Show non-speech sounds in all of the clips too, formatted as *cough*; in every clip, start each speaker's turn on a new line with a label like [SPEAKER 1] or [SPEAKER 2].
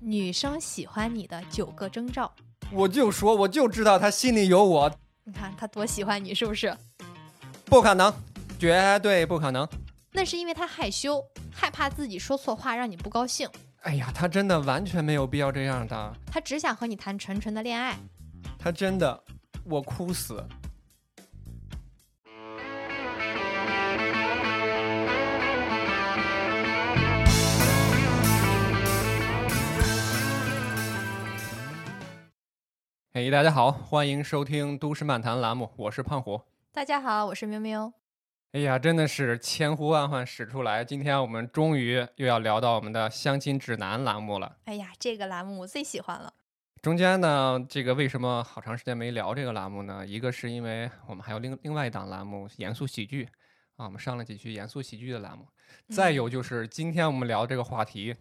[SPEAKER 1] 女生喜欢你的九个征兆。
[SPEAKER 2] 我就说，我就知道他心里有我，
[SPEAKER 1] 你看他多喜欢你，是不是？
[SPEAKER 2] 不可能，绝对不可能。
[SPEAKER 1] 那是因为他害羞，害怕自己说错话让你不高兴，
[SPEAKER 2] 哎呀，他真的完全没有必要这样的，
[SPEAKER 1] 他只想和你谈纯纯的恋爱。
[SPEAKER 2] 他真的，我哭死。嘿，大家好，欢迎收听《都市漫谈》栏目，我是胖虎。
[SPEAKER 1] 大家好，我是喵喵。
[SPEAKER 2] 哎呀，真的是千呼万唤始出来，今天我们终于又要聊到我们的相亲指南栏目了。
[SPEAKER 1] 哎呀，这个栏目我最喜欢了。
[SPEAKER 2] 中间呢，这个为什么好长时间没聊这个栏目呢？一个是因为我们还有另另外一档栏目《严肃喜剧》啊，我们上了几期严肃喜剧的栏目。再有就是今天我们聊这个话题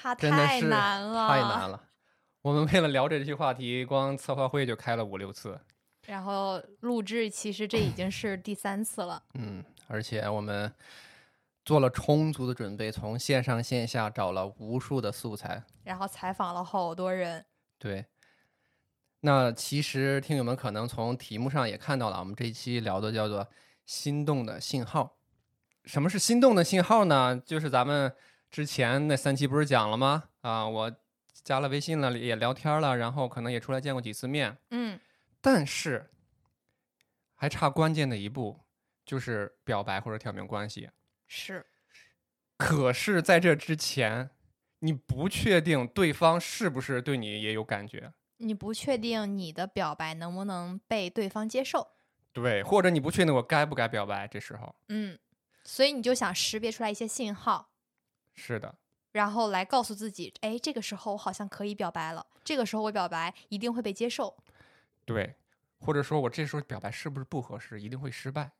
[SPEAKER 1] 它
[SPEAKER 2] 真的
[SPEAKER 1] 嗯太
[SPEAKER 2] 是
[SPEAKER 1] 难了，
[SPEAKER 2] 太难了，我们为了聊这期话题，光策划会就开了五六次。
[SPEAKER 1] 然后录制，其实这已经是第三次了。
[SPEAKER 2] 嗯，而且我们做了充足的准备，从线上线下找了无数的素材。
[SPEAKER 1] 然后采访了好多人，
[SPEAKER 2] 对，那其实听友们可能从题目上也看到了，我们这一期聊的叫做“心动的信号”。什么是心动的信号呢？就是咱们之前那三期不是讲了吗？啊，我加了微信了，也聊天了，然后可能也出来见过几次面，
[SPEAKER 1] 嗯，
[SPEAKER 2] 但是还差关键的一步，就是表白或者挑明关系。
[SPEAKER 1] 是
[SPEAKER 2] 可是在这之前，你不确定对方是不是对你也有感觉，
[SPEAKER 1] 你不确定你的表白能不能被对方接受，
[SPEAKER 2] 对，或者你不确定我该不该表白，这时候
[SPEAKER 1] 嗯，所以你就想识别出来一些信号，
[SPEAKER 2] 是的，
[SPEAKER 1] 然后来告诉自己，哎，这个时候我好像可以表白了，这个时候我表白一定会被接受。
[SPEAKER 2] 对，或者说我这时候表白是不是不合适，一定会失败。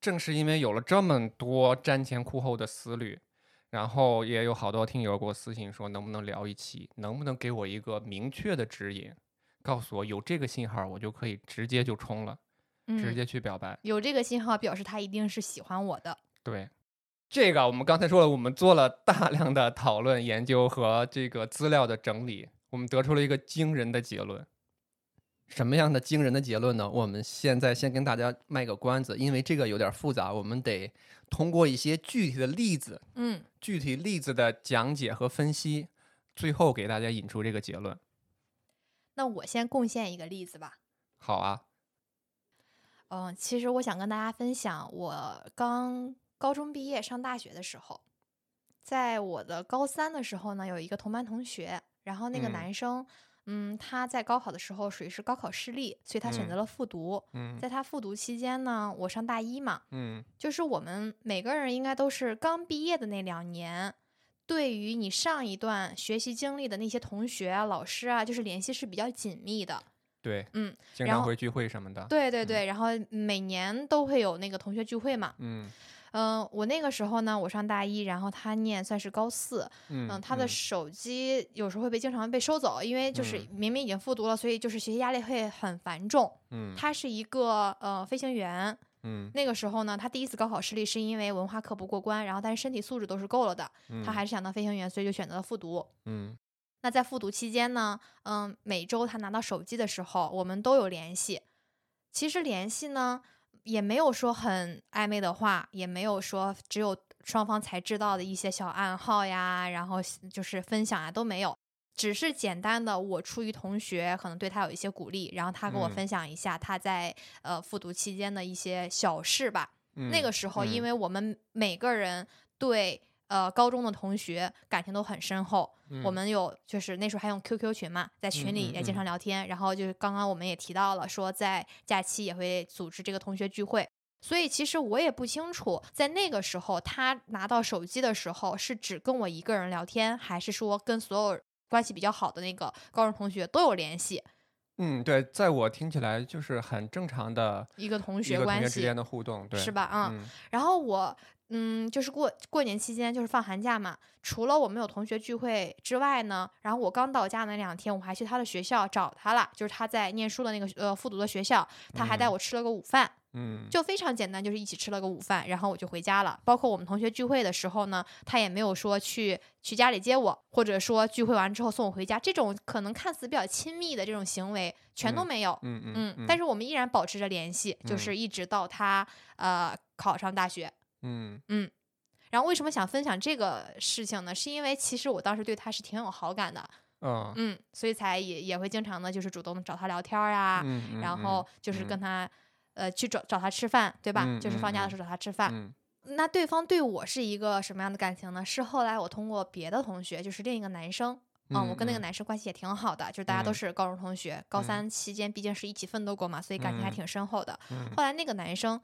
[SPEAKER 2] 正是因为有了这么多瞻前顾后的思虑，然后也有好多听友给我私信说，能不能聊一期，能不能给我一个明确的指引，告诉我有这个信号，我就可以直接就冲了，直
[SPEAKER 1] 嗯，
[SPEAKER 2] 接去表白。
[SPEAKER 1] 有这个信号表示他一定是喜欢我的，
[SPEAKER 2] 对，这个我们刚才说了，我们做了大量的讨论、研究和这个资料的整理，我们得出了一个惊人的结论。什么样的惊人的结论呢？我们现在先跟大家卖个关子，因为这个有点复杂，我们得通过一些具体的例子、
[SPEAKER 1] 嗯，
[SPEAKER 2] 具体例子的讲解和分析，最后给大家引出这个结论。
[SPEAKER 1] 那我先贡献一个例子吧。
[SPEAKER 2] 好啊，
[SPEAKER 1] 嗯，其实我想跟大家分享，我刚高中毕业上大学的时候，在我的高三的时候呢，有一个同班同学，然后那个
[SPEAKER 2] 嗯
[SPEAKER 1] 男生，嗯他在高考的时候属于是高考失利，所以他选择
[SPEAKER 2] 嗯
[SPEAKER 1] 了复读。
[SPEAKER 2] 嗯
[SPEAKER 1] 在他复读期间呢，我上大一嘛，
[SPEAKER 2] 嗯，
[SPEAKER 1] 就是我们每个人应该都是刚毕业的那两年。对于你上一段学习经历的那些同学啊、老师啊，就是联系是比较紧密的。
[SPEAKER 2] 对，
[SPEAKER 1] 嗯，
[SPEAKER 2] 经
[SPEAKER 1] 然
[SPEAKER 2] 常
[SPEAKER 1] 后
[SPEAKER 2] 会聚会什么的，
[SPEAKER 1] 对对对，然后每年都会有那个同学聚会嘛。
[SPEAKER 2] 嗯
[SPEAKER 1] 嗯，我那个时候呢，我上大一，然后他念算是高四，
[SPEAKER 2] 嗯
[SPEAKER 1] 嗯，他的手机有时候会被经常被收走，因为就是
[SPEAKER 2] 嗯
[SPEAKER 1] 明明已经复读了，所以就是学习压力会很繁重。
[SPEAKER 2] 嗯
[SPEAKER 1] 他是一个呃飞行员，
[SPEAKER 2] 嗯
[SPEAKER 1] 那个时候呢，他第一次高考失利是因为文化课不过关，然后但是身体素质都是够了的，
[SPEAKER 2] 嗯，
[SPEAKER 1] 他还是想当飞行员，所以就选择了复读。
[SPEAKER 2] 嗯
[SPEAKER 1] 那在复读期间呢，嗯，每周他拿到手机的时候，我们都有联系。其实联系呢，也没有说很暧昧的话，也没有说只有双方才知道的一些小暗号呀，然后就是分享啊都没有，只是简单的我出于同学可能对他有一些鼓励，然后他跟我
[SPEAKER 2] 嗯
[SPEAKER 1] 分享一下他在、呃复读期间的一些小事吧。
[SPEAKER 2] 嗯
[SPEAKER 1] 那个时候，因
[SPEAKER 2] 嗯
[SPEAKER 1] 为我们每个人对呃高中的同学感情都很深厚，我
[SPEAKER 2] 嗯
[SPEAKER 1] 们有就是那时候还用 QQ 群嘛，在群里
[SPEAKER 2] 嗯
[SPEAKER 1] 也经
[SPEAKER 2] 嗯
[SPEAKER 1] 常聊天。然后就是刚刚我们也提到了，说在假期也会组织这个同学聚会。所以其实我也不清楚，在那个时候他拿到手机的时候，是只跟我一个人聊天，还是说跟所有关系比较好的那个高中同学都有联系？
[SPEAKER 2] 嗯，对，在我听起来就是很正常的
[SPEAKER 1] 一个同
[SPEAKER 2] 一
[SPEAKER 1] 学
[SPEAKER 2] 个同
[SPEAKER 1] 关
[SPEAKER 2] 学之
[SPEAKER 1] 系
[SPEAKER 2] 间的互动，对，
[SPEAKER 1] 是吧？啊、
[SPEAKER 2] 嗯
[SPEAKER 1] 然后我，嗯，就是过过年期间，就是放寒假嘛。除了我们有同学聚会之外呢，然后我刚到家那两天，我还去他的学校找他了，就是他在念书的那个呃复读的学校，他还带
[SPEAKER 2] 嗯
[SPEAKER 1] 我吃了个午饭。
[SPEAKER 2] 嗯，
[SPEAKER 1] 就非常简单，就是一起吃了个午饭，然后我就回家了。包括我们同学聚会的时候呢，他也没有说去去家里接我，或者说聚会完之后送我回家，这种可能看似比较亲密的这种行为全都
[SPEAKER 2] 嗯
[SPEAKER 1] 没有。
[SPEAKER 2] 嗯嗯
[SPEAKER 1] 嗯，但
[SPEAKER 2] 是
[SPEAKER 1] 是我们依然保持着联系，就
[SPEAKER 2] 嗯
[SPEAKER 1] 是一直到他呃考上大学。
[SPEAKER 2] 嗯
[SPEAKER 1] 然后为什么想分享这个事情呢？是因为其实我当时对他是挺有好感的，
[SPEAKER 2] 啊
[SPEAKER 1] 嗯，所以才也也会经常的，就是主动地找他聊天儿啊，
[SPEAKER 2] 嗯，
[SPEAKER 1] 然后就是跟他、呃去找找他吃饭，对吧？
[SPEAKER 2] 嗯
[SPEAKER 1] 就是
[SPEAKER 2] 嗯
[SPEAKER 1] 放假的
[SPEAKER 2] 嗯
[SPEAKER 1] 时候找他吃
[SPEAKER 2] 他
[SPEAKER 1] 饭。
[SPEAKER 2] 嗯
[SPEAKER 1] 那对方对我是一个什么样的感情呢？是后来我通过别的同学，就是另一个男生。啊、我跟那个
[SPEAKER 2] 嗯
[SPEAKER 1] 男生关系也挺好的，就是大家都
[SPEAKER 2] 嗯
[SPEAKER 1] 是高中同学，高
[SPEAKER 2] 嗯
[SPEAKER 1] 三期间毕竟是一起奋斗过嘛，所以感情还
[SPEAKER 2] 嗯
[SPEAKER 1] 挺深厚的。
[SPEAKER 2] 嗯
[SPEAKER 1] 后来那个男生，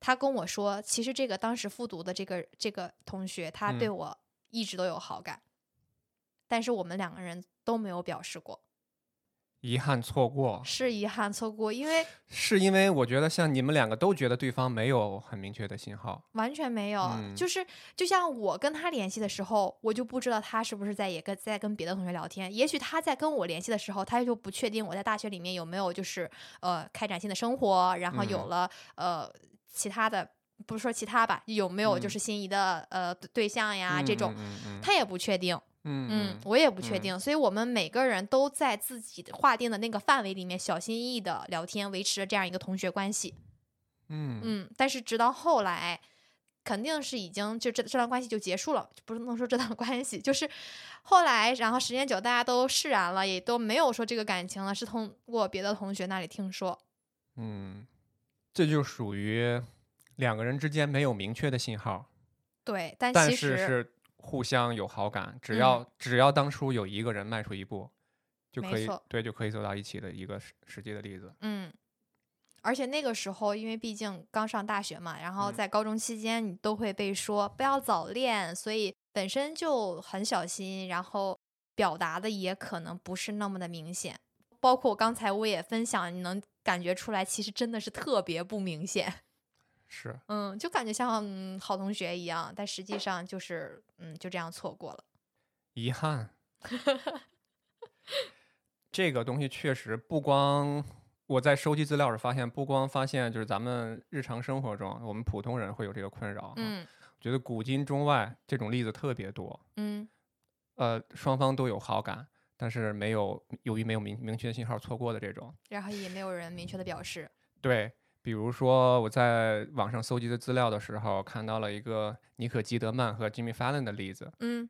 [SPEAKER 1] 他跟我说，其实这个当时复读的这个这个同学，他对
[SPEAKER 2] 嗯
[SPEAKER 1] 我一直都有好感，但是我们两个人都没有表示过，
[SPEAKER 2] 遗憾错过，
[SPEAKER 1] 是遗憾错过，因为
[SPEAKER 2] 是因为我觉得像你们两个都觉得对方没有很明确的信号，
[SPEAKER 1] 完全没有，
[SPEAKER 2] 嗯
[SPEAKER 1] 就是就像我跟他联系的时候，我就不知道他是不是在也跟在跟别的同学聊天，也许他在跟我联系的时候，他就不确定我在大学里面有没有就是呃开展新的生活，然后有
[SPEAKER 2] 嗯
[SPEAKER 1] 了、呃其他的，不是说其他吧，有没有就
[SPEAKER 2] 嗯
[SPEAKER 1] 是心仪的、呃对象呀、这种，
[SPEAKER 2] 嗯嗯
[SPEAKER 1] 他也不确定，
[SPEAKER 2] 嗯
[SPEAKER 1] 嗯
[SPEAKER 2] 嗯，
[SPEAKER 1] 我也不确
[SPEAKER 2] 嗯
[SPEAKER 1] 定，所以我们每个人都在自己的划定的那个范围里面小心翼翼的聊天，维持着这样一个同学关系。
[SPEAKER 2] 嗯嗯
[SPEAKER 1] 嗯，但是直到后来，肯定是已经就这这段关系就结束了，不是能说这段关系，就是后来，然后时间久，大家都释然了，也都没有说这个感情了，是通过别的同学那里听说。
[SPEAKER 2] 嗯，这就属于两个人之间没有明确的信号，
[SPEAKER 1] 对，但
[SPEAKER 2] 但
[SPEAKER 1] 其实
[SPEAKER 2] 是是互相有好感，只
[SPEAKER 1] 嗯
[SPEAKER 2] 要、只要当初有一个人迈出一步，就
[SPEAKER 1] 没
[SPEAKER 2] 可以
[SPEAKER 1] 错
[SPEAKER 2] 对就可以走到一起的一个实实际的例子。
[SPEAKER 1] 嗯，而且那个时候，因为毕竟刚上大学嘛，然后
[SPEAKER 2] 嗯
[SPEAKER 1] 在高中期间，你都会被说不要早恋，所以本身就很小心，然后表达的也可能不是那么的明显。包括刚才我也分享，你能感觉出来，其实真的是特别不明显。 *laughs*
[SPEAKER 2] 是，
[SPEAKER 1] 嗯，就感觉像、嗯、好同学一样，但实际上就是嗯，就这样错过了。
[SPEAKER 2] 遗憾。 *laughs* 这个东西确实不光我在收集资料时发现，不光发现就是咱们日常生活中我们普通人会有这个困扰啊，
[SPEAKER 1] 嗯
[SPEAKER 2] 觉得古今中外这种例子特别多。
[SPEAKER 1] 嗯
[SPEAKER 2] 呃，双方都有好感，但是没有由于没有明明确信号错过的这种。
[SPEAKER 1] 然后也没有人明确的表示。
[SPEAKER 2] 对，比如说我在网上搜集的资料的时候，看到了一个尼可基德曼和 Jimmy Fallon 的例子，
[SPEAKER 1] 嗯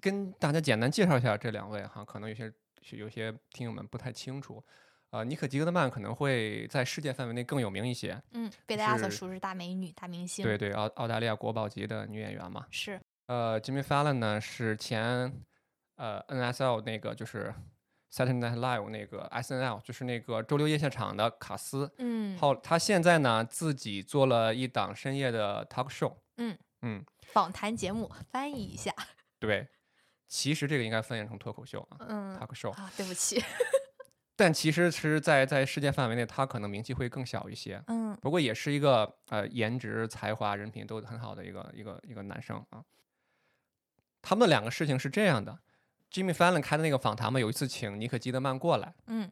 [SPEAKER 2] 跟大家简单介绍一下这两位哈，可能有些有些听友们不太清楚。呃，尼可基德曼可能会在世界范围内更有名一些，
[SPEAKER 1] 嗯，被大家所
[SPEAKER 2] 是
[SPEAKER 1] 熟知大美女、大明星。
[SPEAKER 2] 对对，澳澳大利亚国宝级的女演员嘛。
[SPEAKER 1] 是，
[SPEAKER 2] 呃，Jimmy Fallon 呢是前呃 NSL 那个就是 Saturday Night Live 那个 SNL，就是那个周六夜现场的卡斯，
[SPEAKER 1] 嗯，
[SPEAKER 2] 后他现在呢自己做了一档深夜的 talk show。
[SPEAKER 1] 嗯
[SPEAKER 2] 嗯，
[SPEAKER 1] 访谈节目翻译一下。
[SPEAKER 2] 对，其实这个应该翻译成脱口秀啊
[SPEAKER 1] 嗯
[SPEAKER 2] ，talk show。
[SPEAKER 1] 啊，对不起，
[SPEAKER 2] 但其实是在在世界范围内，他可能名气会更小一些。
[SPEAKER 1] 嗯
[SPEAKER 2] 不过也是一个呃颜值、才华、人品都很好的一个一个一个男生啊。他们两个事情是这样的，Jimmy Fallon 开的那个访谈嘛，有一次请尼可基德曼过来，
[SPEAKER 1] 嗯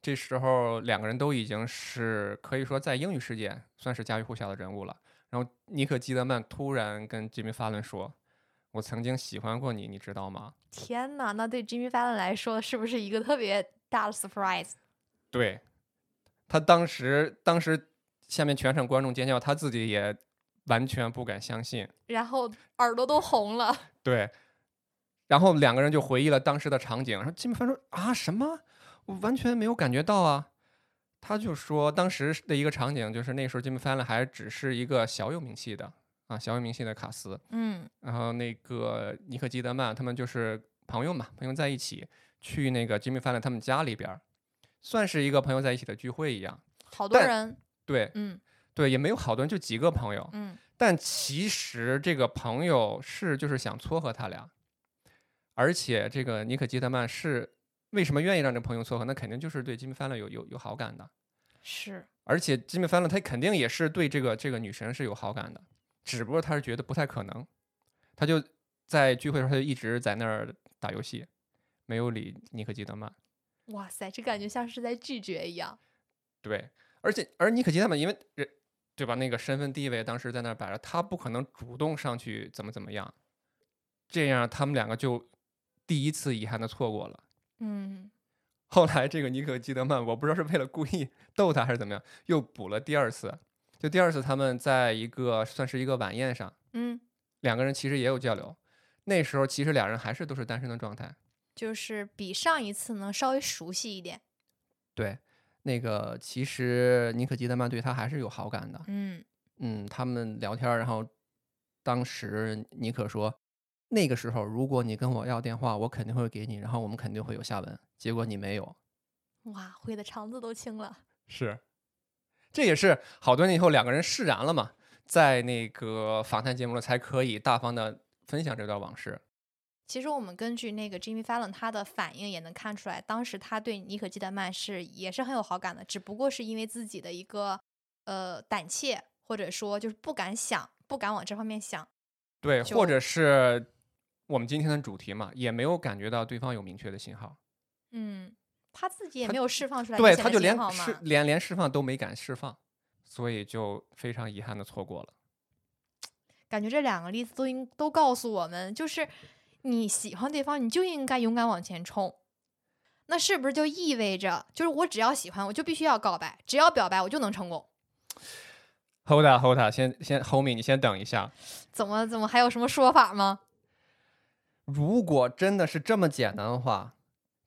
[SPEAKER 2] 这时候两个人都已经是可以说在英语世界算是家喻户晓的人物了。然后尼可基德曼突然跟吉米·法伦说：“我曾经喜欢过你，你知道吗
[SPEAKER 1] 天呐，那对 Jimmy Fallon 来说是不是一个特别大的 surprise？？”
[SPEAKER 2] 对，他当时当时下面全场观众尖叫，他自己也完全不敢相信。
[SPEAKER 1] 然后耳朵都红了。
[SPEAKER 2] 对，然后两个人就回忆了当时的场景，然后金明帆说啊什么，我完全没有感觉到啊。他就说当时的一个场景就是那时候金明帆还只是一个小有名气的啊小有名气的卡斯，
[SPEAKER 1] 嗯
[SPEAKER 2] 然后那个尼克基德曼他们就是朋友嘛，朋友在一起去那个吉米·范勒他们家里边儿，算是一个朋友在一起的聚会一样。
[SPEAKER 1] 好多
[SPEAKER 2] 但
[SPEAKER 1] 人，
[SPEAKER 2] 对
[SPEAKER 1] 嗯
[SPEAKER 2] 对，也没有好多人，就几个朋友。
[SPEAKER 1] 嗯
[SPEAKER 2] 但其实这个朋友是就是想撮合他俩，而且这个尼可基德曼是为什么愿意让这朋友撮合？那肯定就是对吉米·范勒有有有好感的，
[SPEAKER 1] 是，
[SPEAKER 2] 而且吉米·范勒他肯定也是对这个这个女神是有好感的，只不过他是觉得不太可能，他就在聚会的时候他就一直在那儿打游戏，没有理尼可基德曼。
[SPEAKER 1] 哇塞，这感觉像是在拒绝一样。
[SPEAKER 2] 对，而且而妮可基他们因为人对吧，那个身份地位当时在那儿摆着，他不可能主动上去怎么怎么样，这样他们两个就第一次遗憾的错过了。
[SPEAKER 1] 嗯
[SPEAKER 2] 后来这个尼可基德曼，我不知道是为了故意逗他还是怎么样，又补了第二次。就第二次他们在一个算是一个晚宴上，
[SPEAKER 1] 嗯，
[SPEAKER 2] 两个人其实也有交流。那时候其实俩人还是都是单身的状态。
[SPEAKER 1] 就是比上一次能稍微熟悉一点。
[SPEAKER 2] 对，那个其实尼可基德曼对他还是有好感的。
[SPEAKER 1] 嗯
[SPEAKER 2] 嗯，他们聊天儿，然后当时尼可说，那个时候如果你跟我要电话，我肯定会给你，然后我们肯定会有下文。结果你没有，
[SPEAKER 1] 哇，悔的肠子都青了。
[SPEAKER 2] 是，这也是好多年以后两个人释然了嘛，在那个访谈节目里才可以大方的分享这段往事。
[SPEAKER 1] 其实我们根据那个 Jimmy Fallon 他的反应也能看出来，当时他对妮可基德曼是也是很有好感的，只不过是因为自己的一个呃胆怯，或者说就是不敢想，不敢往这方面想。
[SPEAKER 2] 对，或
[SPEAKER 1] 就
[SPEAKER 2] 者是我们今天的主题嘛，也没有感觉到对方有明确的信号，
[SPEAKER 1] 嗯，他自己也
[SPEAKER 2] 他
[SPEAKER 1] 没有释放出来
[SPEAKER 2] 对，
[SPEAKER 1] 明显
[SPEAKER 2] 他
[SPEAKER 1] 的
[SPEAKER 2] 就
[SPEAKER 1] 信
[SPEAKER 2] 连
[SPEAKER 1] 号嘛
[SPEAKER 2] 释连连释放都没敢释放，所以就非常遗憾的错过了。
[SPEAKER 1] 感觉这两个例子都应都告诉我们，就是你喜欢对方，你就应该勇敢往前冲。那是不是就意味着，就是我只要喜欢，我就必须要告白，只要表白我就能成功？
[SPEAKER 2] Hold 啊 Hold 啊，先先 Homie，你先等一下。
[SPEAKER 1] 怎么怎么还有什么说法吗？
[SPEAKER 2] 如果真的是这么简单的话，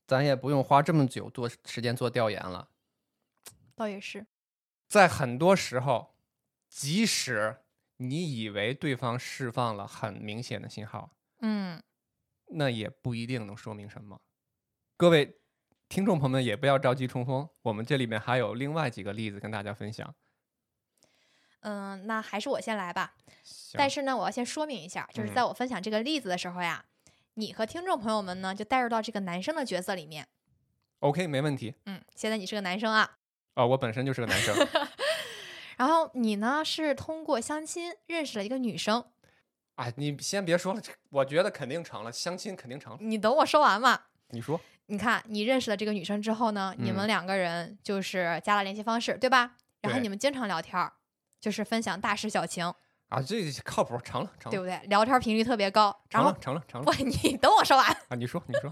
[SPEAKER 2] 咱也不用花这么久做时间做调研了。
[SPEAKER 1] 倒也是，
[SPEAKER 2] 在很多时候，即使你以为对方释放了很明显的信号，
[SPEAKER 1] 嗯，
[SPEAKER 2] 那也不一定能说明什么。各位听众朋友们，也不要着急冲锋，我们这里面还有另外几个例子跟大家分享。
[SPEAKER 1] 嗯、那还是我先来吧。
[SPEAKER 2] 行嗯
[SPEAKER 1] 但是呢，我要先说明一下，就是在我分享这个例子的时候呀，你和听众朋友们呢就带入到这个男生的角色里面。
[SPEAKER 2] OK 没问题
[SPEAKER 1] 嗯，现在你是个男生啊，
[SPEAKER 2] 啊、我本身就是个男生， *laughs*
[SPEAKER 1] 然后你呢是通过相亲认识了一个女生，
[SPEAKER 2] 哎，你先别说了，这我觉得肯定成了，相亲肯定成了。
[SPEAKER 1] 你等我说完嘛。
[SPEAKER 2] 你说
[SPEAKER 1] 你看，你认识了这个女生之后呢，你
[SPEAKER 2] 嗯
[SPEAKER 1] 们两个人就是加了联系方式，对吧？然后
[SPEAKER 2] 对
[SPEAKER 1] 你们经常聊天儿，就是分享大事小情，
[SPEAKER 2] 啊，这靠谱，成了，成
[SPEAKER 1] 对
[SPEAKER 2] 了，
[SPEAKER 1] 不对？聊天频率特别高。然
[SPEAKER 2] 成
[SPEAKER 1] 后
[SPEAKER 2] 了，成了，成
[SPEAKER 1] 不 *laughs*
[SPEAKER 2] 了，
[SPEAKER 1] 你等我说完。
[SPEAKER 2] 啊！你说，你
[SPEAKER 1] *laughs*
[SPEAKER 2] 说，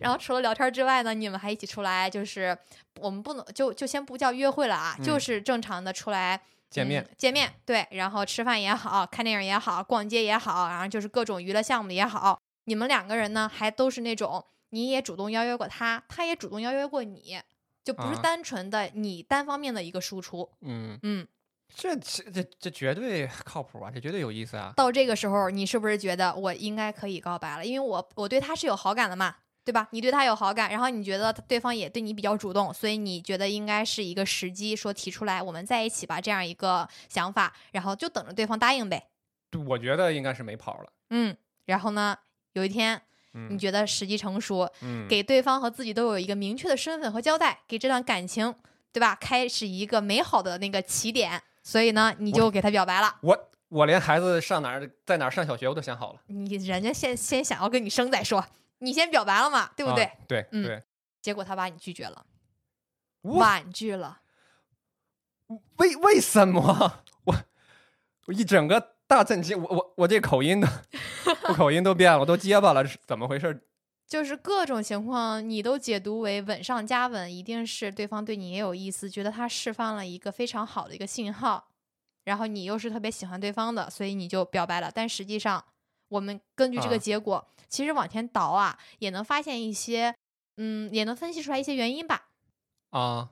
[SPEAKER 1] 然后除了聊天之外呢，你们还一起出来，就是我们不能就就先不叫约会了啊，就
[SPEAKER 2] 嗯
[SPEAKER 1] 是正常的出来
[SPEAKER 2] 见面
[SPEAKER 1] 嗯，见面对，然后吃饭也好，看电影也好，逛街也好，然后就是各种娱乐项目也好，你们两个人呢还都是那种你也主动邀约过他，他也主动邀约过你，就不是
[SPEAKER 2] 啊
[SPEAKER 1] 单纯的你单方面的一个输出。
[SPEAKER 2] 嗯，
[SPEAKER 1] 嗯，
[SPEAKER 2] 这这这这绝对靠谱啊，这绝对有意思啊。
[SPEAKER 1] 到这个时候你是不是觉得我应该可以告白了？因为我我对他是有好感的嘛。对吧？你对他有好感，然后你觉得他对方也对你比较主动，所以你觉得应该是一个时机，说提出来我们在一起吧这样一个想法，然后就等着对方答应呗。
[SPEAKER 2] 对我觉得应该是没跑了。
[SPEAKER 1] 嗯，然后呢，有一天
[SPEAKER 2] 嗯
[SPEAKER 1] 你觉得时机成熟，
[SPEAKER 2] 嗯
[SPEAKER 1] 给对方和自己都有一个明确的身份和交代，给这段感情，对吧？开始一个美好的那个起点。所以呢，你就给他表白了。
[SPEAKER 2] 我我连孩子上哪儿在哪儿上小学我都想好了，
[SPEAKER 1] 你人家先先想要跟你生再说，你先表白了嘛，对不对？
[SPEAKER 2] 啊对
[SPEAKER 1] 嗯
[SPEAKER 2] 对。
[SPEAKER 1] 结果他把你拒绝了，
[SPEAKER 2] 我
[SPEAKER 1] 婉拒了。
[SPEAKER 2] 为为什么我我一整个大震惊，我我我这口音都我口音都变了，我都结巴了，是怎么回事？
[SPEAKER 1] 就是各种情况，你都解读为稳上加稳，一定是对方对你也有意思，觉得他释放了一个非常好的一个信号，然后你又是特别喜欢对方的，所以你就表白了。但实际上，我们根据这
[SPEAKER 2] 啊
[SPEAKER 1] 个结果，其实往前倒啊，也能发现一些，嗯，也能分析出来一些原因吧。
[SPEAKER 2] 啊？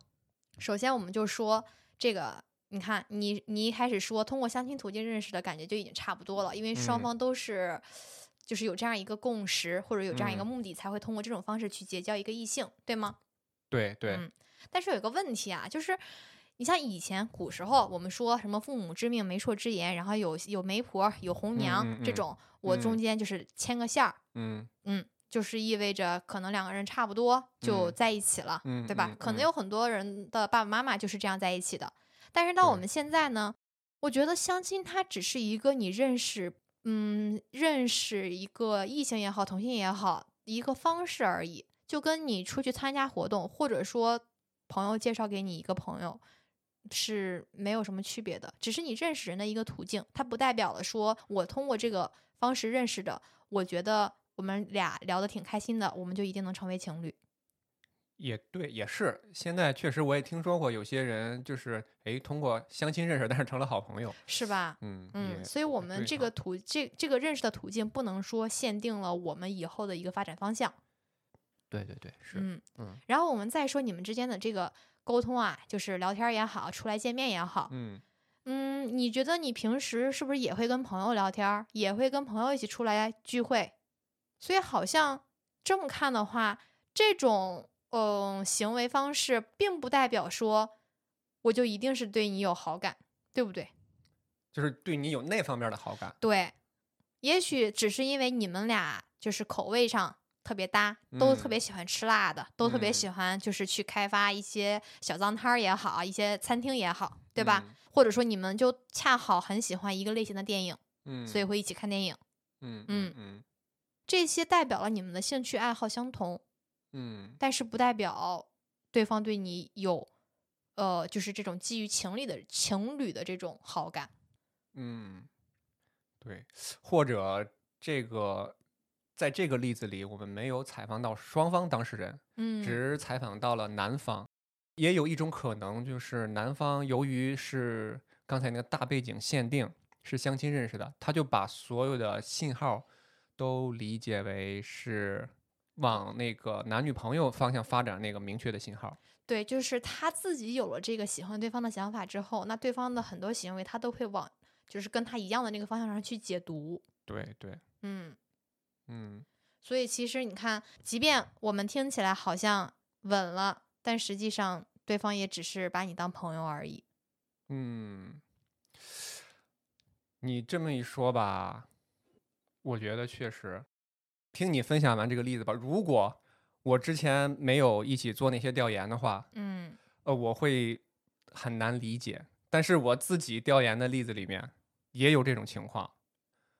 [SPEAKER 1] 首先，我们就说这个，你看，你你一开始说通过相亲途径认识的感觉就已经差不多了，因为双
[SPEAKER 2] 嗯
[SPEAKER 1] 方都是、就是有这样一个共识，或者有这样一个
[SPEAKER 2] 嗯
[SPEAKER 1] 目的，才会通过这种方式去结交一个异性，对吗？
[SPEAKER 2] 对对，
[SPEAKER 1] 嗯但是有一个问题啊，就是。你像以前古时候，我们说什么“父母之命，媒妁之言”，然后有有媒婆、有红娘、
[SPEAKER 2] 嗯嗯
[SPEAKER 1] 这
[SPEAKER 2] 嗯
[SPEAKER 1] 种，我中
[SPEAKER 2] 嗯
[SPEAKER 1] 间就是牵个线儿，
[SPEAKER 2] 嗯
[SPEAKER 1] 嗯，就是意味着可能两个人差不多就
[SPEAKER 2] 嗯
[SPEAKER 1] 在一起了，
[SPEAKER 2] 嗯
[SPEAKER 1] 对吧
[SPEAKER 2] 嗯？
[SPEAKER 1] 可能
[SPEAKER 2] 嗯
[SPEAKER 1] 有很多人的爸爸妈妈就是这样在一起的。但是到我
[SPEAKER 2] 对
[SPEAKER 1] 们现在呢，我觉得相亲它只是一个你认识，嗯，认识一个异性也好，同性也好，一个方式而已，就跟你出去参加活动，或者说朋友介绍给你一个朋友，是没有什么区别的，只是你认识人的一个途径，它不代表了说我通过这个方式认识的，我觉得我们俩聊得挺开心的，我们就一定能成为情侣。
[SPEAKER 2] 也对，也是。现在确实我也听说过有些人就是哎通过相亲认识，但是成了好朋友。
[SPEAKER 1] 是吧？
[SPEAKER 2] 嗯
[SPEAKER 1] 嗯，
[SPEAKER 2] 也
[SPEAKER 1] 所以我们
[SPEAKER 2] 对
[SPEAKER 1] 这
[SPEAKER 2] 哈
[SPEAKER 1] 个途这这个认识的途径不能说限定了我们以后的一个发展方向。
[SPEAKER 2] 对对对是、
[SPEAKER 1] 嗯
[SPEAKER 2] 嗯
[SPEAKER 1] 然后我们再说你们之间的这个沟通啊，就是聊天儿也好，出来见面也好，
[SPEAKER 2] 嗯
[SPEAKER 1] 嗯，你觉得你平时是不是也会跟朋友聊天儿，也会跟朋友一起出来聚会？所以好像这么看的话，这种嗯、呃行为方式，并不代表说我就一定是对你有好感，对不对？
[SPEAKER 2] 就是对你有那方面的好感。
[SPEAKER 1] 对，也许只是因为你们俩就是口味上特别搭，都特
[SPEAKER 2] 嗯
[SPEAKER 1] 别喜欢吃辣的，都特别
[SPEAKER 2] 嗯
[SPEAKER 1] 喜欢就是去开发一些小脏摊儿也好，一些餐厅也好，对吧？
[SPEAKER 2] 嗯
[SPEAKER 1] 或者说你们就恰好很喜欢一个类型的电影，
[SPEAKER 2] 嗯？嗯，
[SPEAKER 1] 所以会一起看电影，
[SPEAKER 2] 嗯嗯嗯
[SPEAKER 1] 这些代表了你们的兴趣爱好相同，
[SPEAKER 2] 嗯
[SPEAKER 1] 但是不代表对方对你有。呃，就是这种基于情侣的情侣的这种好感，
[SPEAKER 2] 嗯，对，或者这个在这个例子里，我们没有采访到双方当事人，
[SPEAKER 1] 嗯，
[SPEAKER 2] 只采访到了男方。也有一种可能就是男方由于是刚才那个大背景限定是相亲认识的，他就把所有的信号都理解为是往那个男女朋友方向发展那个明确的信号。
[SPEAKER 1] 对，就是他自己有了这个喜欢对方的想法之后，那对方的很多行为他都会往就是跟他一样的那个方向上去解读。
[SPEAKER 2] 对对，
[SPEAKER 1] 嗯，
[SPEAKER 2] 嗯
[SPEAKER 1] 所以其实你看，即便我们听起来好像稳了，但实际上对方也只是把你当朋友而已。
[SPEAKER 2] 嗯，你这么一说吧，我觉得确实，听你分享完这个例子吧，如果我之前没有一起做那些调研的话，
[SPEAKER 1] 嗯，
[SPEAKER 2] 呃，我会很难理解。但是我自己调研的例子里面也有这种情况。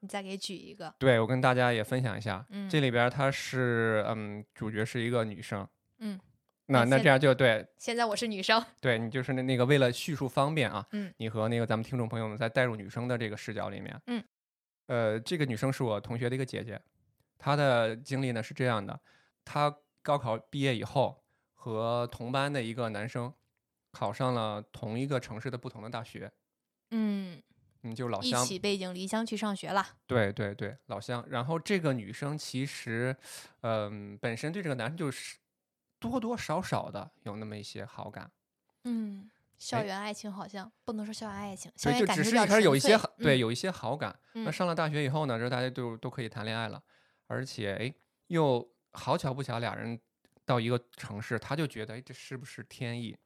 [SPEAKER 1] 你再给举一个。
[SPEAKER 2] 对，我跟大家也分享一下，
[SPEAKER 1] 嗯
[SPEAKER 2] 这里边儿她是嗯，主角是一个女生，
[SPEAKER 1] 嗯，那
[SPEAKER 2] 那那
[SPEAKER 1] 现
[SPEAKER 2] 这样就对
[SPEAKER 1] 现在我是女生。
[SPEAKER 2] 对你就是那那个为了叙述方便啊，
[SPEAKER 1] 嗯，
[SPEAKER 2] 你和那个咱们听众朋友们再带入女生的这个视角里面，
[SPEAKER 1] 嗯，
[SPEAKER 2] 呃，这个女生是我同学的一个姐姐，她的经历呢是这样的，她高考毕业以后和同班的一个男生考上了同一个城市的不同的大学，
[SPEAKER 1] 嗯，
[SPEAKER 2] 嗯，就是老
[SPEAKER 1] 一
[SPEAKER 2] 乡，
[SPEAKER 1] 起背井离乡去上学了。
[SPEAKER 2] 对对对，老乡。然后这个女生其实，嗯、本身对这个男生就是多多少少的有那么一些好感，
[SPEAKER 1] 嗯，校
[SPEAKER 2] 哎
[SPEAKER 1] 园爱情好像不能说校园爱情，校
[SPEAKER 2] 对，
[SPEAKER 1] 园
[SPEAKER 2] 就
[SPEAKER 1] 感
[SPEAKER 2] 只
[SPEAKER 1] 情比
[SPEAKER 2] 是
[SPEAKER 1] 较
[SPEAKER 2] 一开始有一
[SPEAKER 1] 纯
[SPEAKER 2] 些
[SPEAKER 1] 粹
[SPEAKER 2] 好对，有一些好感。那
[SPEAKER 1] 嗯
[SPEAKER 2] 上了大学以后呢，这大家都都可以谈恋爱了，而且哎，又好巧不巧，俩人到一个城市，他就觉得哎，这是不是天意？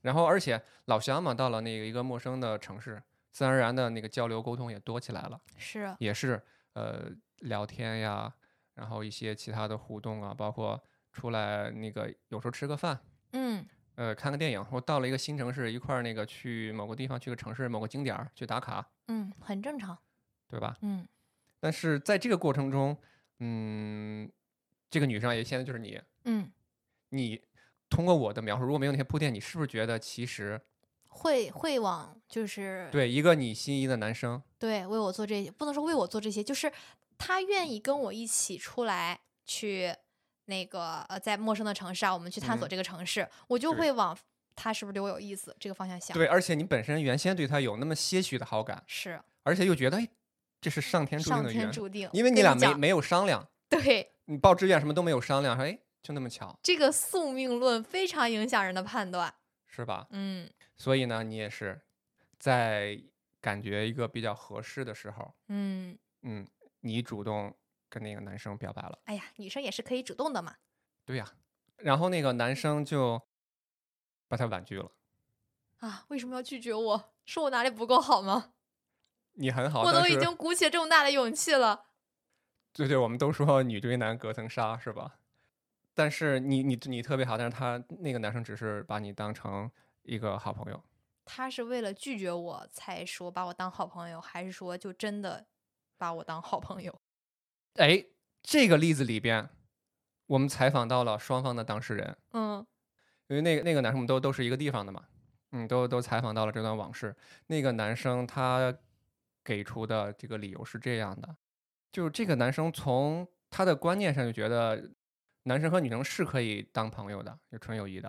[SPEAKER 2] 然后而且老乡嘛，到了那个一个陌生的城市，自然而然的那个交流沟通也多起来了。
[SPEAKER 1] 嗯是
[SPEAKER 2] 也是呃聊天呀，然后一些其他的互动啊，包括出来那个有时候吃个饭，
[SPEAKER 1] 嗯
[SPEAKER 2] 呃看个电影，或到了一个新城市一块儿那个去某个地方去个城市某个景点儿去打卡，
[SPEAKER 1] 嗯，很正常。
[SPEAKER 2] 对吧？
[SPEAKER 1] 嗯
[SPEAKER 2] 但是在这个过程中，嗯，这个女生也现在就是你，
[SPEAKER 1] 嗯。
[SPEAKER 2] 你通过我的描述，如果没有那些铺垫，你是不是觉得其实
[SPEAKER 1] 会会往就是
[SPEAKER 2] 对一个你心仪的男生，
[SPEAKER 1] 对为我做这些，不能说为我做这些，就是他愿意跟我一起出来去那个呃，在陌生的城市啊，我们去探索
[SPEAKER 2] 嗯
[SPEAKER 1] 这个城市，我就
[SPEAKER 2] 对
[SPEAKER 1] 会往他是不是对我有意思这个方向想。
[SPEAKER 2] 对，而且你本身原先对他有那么些许的好感，
[SPEAKER 1] 是
[SPEAKER 2] 而且又觉得哎，这是上天注定
[SPEAKER 1] 上
[SPEAKER 2] 的缘
[SPEAKER 1] 天。注定，
[SPEAKER 2] 因为
[SPEAKER 1] 跟
[SPEAKER 2] 你俩没
[SPEAKER 1] 讲
[SPEAKER 2] 没有商量，
[SPEAKER 1] 对
[SPEAKER 2] 你报志愿什么都没有商量，说哎，就那么巧，
[SPEAKER 1] 这个宿命论非常影响人的判断。
[SPEAKER 2] 是吧？
[SPEAKER 1] 嗯
[SPEAKER 2] 所以呢，你也是在感觉一个比较合适的时候，
[SPEAKER 1] 嗯，
[SPEAKER 2] 嗯，你主动跟那个男生表白了，
[SPEAKER 1] 哎呀，女生也是可以主动的嘛。
[SPEAKER 2] 对呀、然后那个男生就把他婉拒了。
[SPEAKER 1] 啊，为什么要拒绝我？是我哪里不够好吗？
[SPEAKER 2] 你很好，
[SPEAKER 1] 我
[SPEAKER 2] 但
[SPEAKER 1] 都已
[SPEAKER 2] 是
[SPEAKER 1] 经鼓起这么大的勇气了。
[SPEAKER 2] 对对，我们都说女追男隔层纱是吧？但是你你你特别好，但是他那个男生只是把你当成一个好朋友，
[SPEAKER 1] 他是为了拒绝我才说把我当好朋友，还是说就真的把我当好朋友？
[SPEAKER 2] 哎，这个例子里边，我们采访到了双方的当事人，
[SPEAKER 1] 嗯
[SPEAKER 2] 因为那个那个男生我们都都是一个地方的嘛，嗯，都都采访到了这段往事。那个男生他给出的这个理由是这样的，就是这个男生从他的观念上就觉得男生和女生是可以当朋友的，有纯友谊的。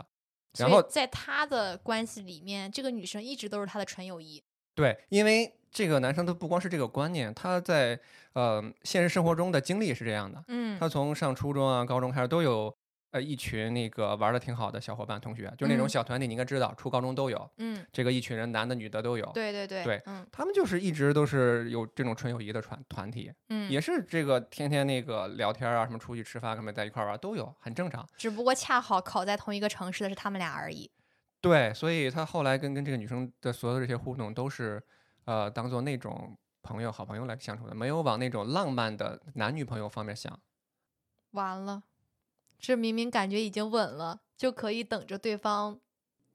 [SPEAKER 2] 然
[SPEAKER 1] 所以
[SPEAKER 2] 后
[SPEAKER 1] 在他的关系里面，这个女生一直都是他的纯友谊。
[SPEAKER 2] 对，因为这个男生他不光是这个观念，他在呃现实生活中的经历也是这样的。
[SPEAKER 1] 嗯
[SPEAKER 2] 他从上初中啊、高中开始都有呃一群那个玩的挺好的小伙伴同学，就那种
[SPEAKER 1] 嗯
[SPEAKER 2] 小团体，你应该知道，初高中都有。
[SPEAKER 1] 嗯，
[SPEAKER 2] 这个一群人，男的女的都有。
[SPEAKER 1] 对对对
[SPEAKER 2] 对
[SPEAKER 1] 嗯
[SPEAKER 2] 他们就是一直都是有这种纯友谊的团团体，
[SPEAKER 1] 嗯，
[SPEAKER 2] 也是这个天天那个聊天啊，什么出去吃饭，什么在一块儿玩都有，很正常。
[SPEAKER 1] 只不过恰好考在同一个城市的是他们俩而已。
[SPEAKER 2] 对，所以他后来跟跟这个女生的所有的这些互动都是，呃，当做那种朋友、好朋友来相处的，没有往那种浪漫的男女朋友方面想。
[SPEAKER 1] 完了，这明明感觉已经稳了，就可以等着对方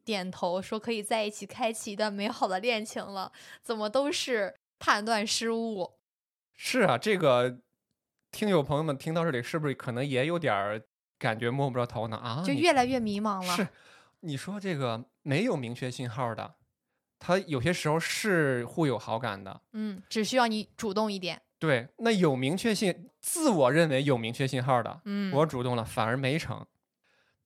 [SPEAKER 1] 点头说可以在一起开启一段美好的恋情了，怎么都是判断失误？
[SPEAKER 2] 是啊，这个听友朋友们听到这里，是不是可能也有点儿感觉摸不着头脑啊？
[SPEAKER 1] 就
[SPEAKER 2] 你
[SPEAKER 1] 越来越迷茫了。
[SPEAKER 2] 是，你说这个没有明确信号的，他有些时候是互有好感的。
[SPEAKER 1] 嗯，只需要你主动一点。
[SPEAKER 2] 对，那有明确信，自我认为有明确信号的，
[SPEAKER 1] 嗯，
[SPEAKER 2] 我主动了反而没成。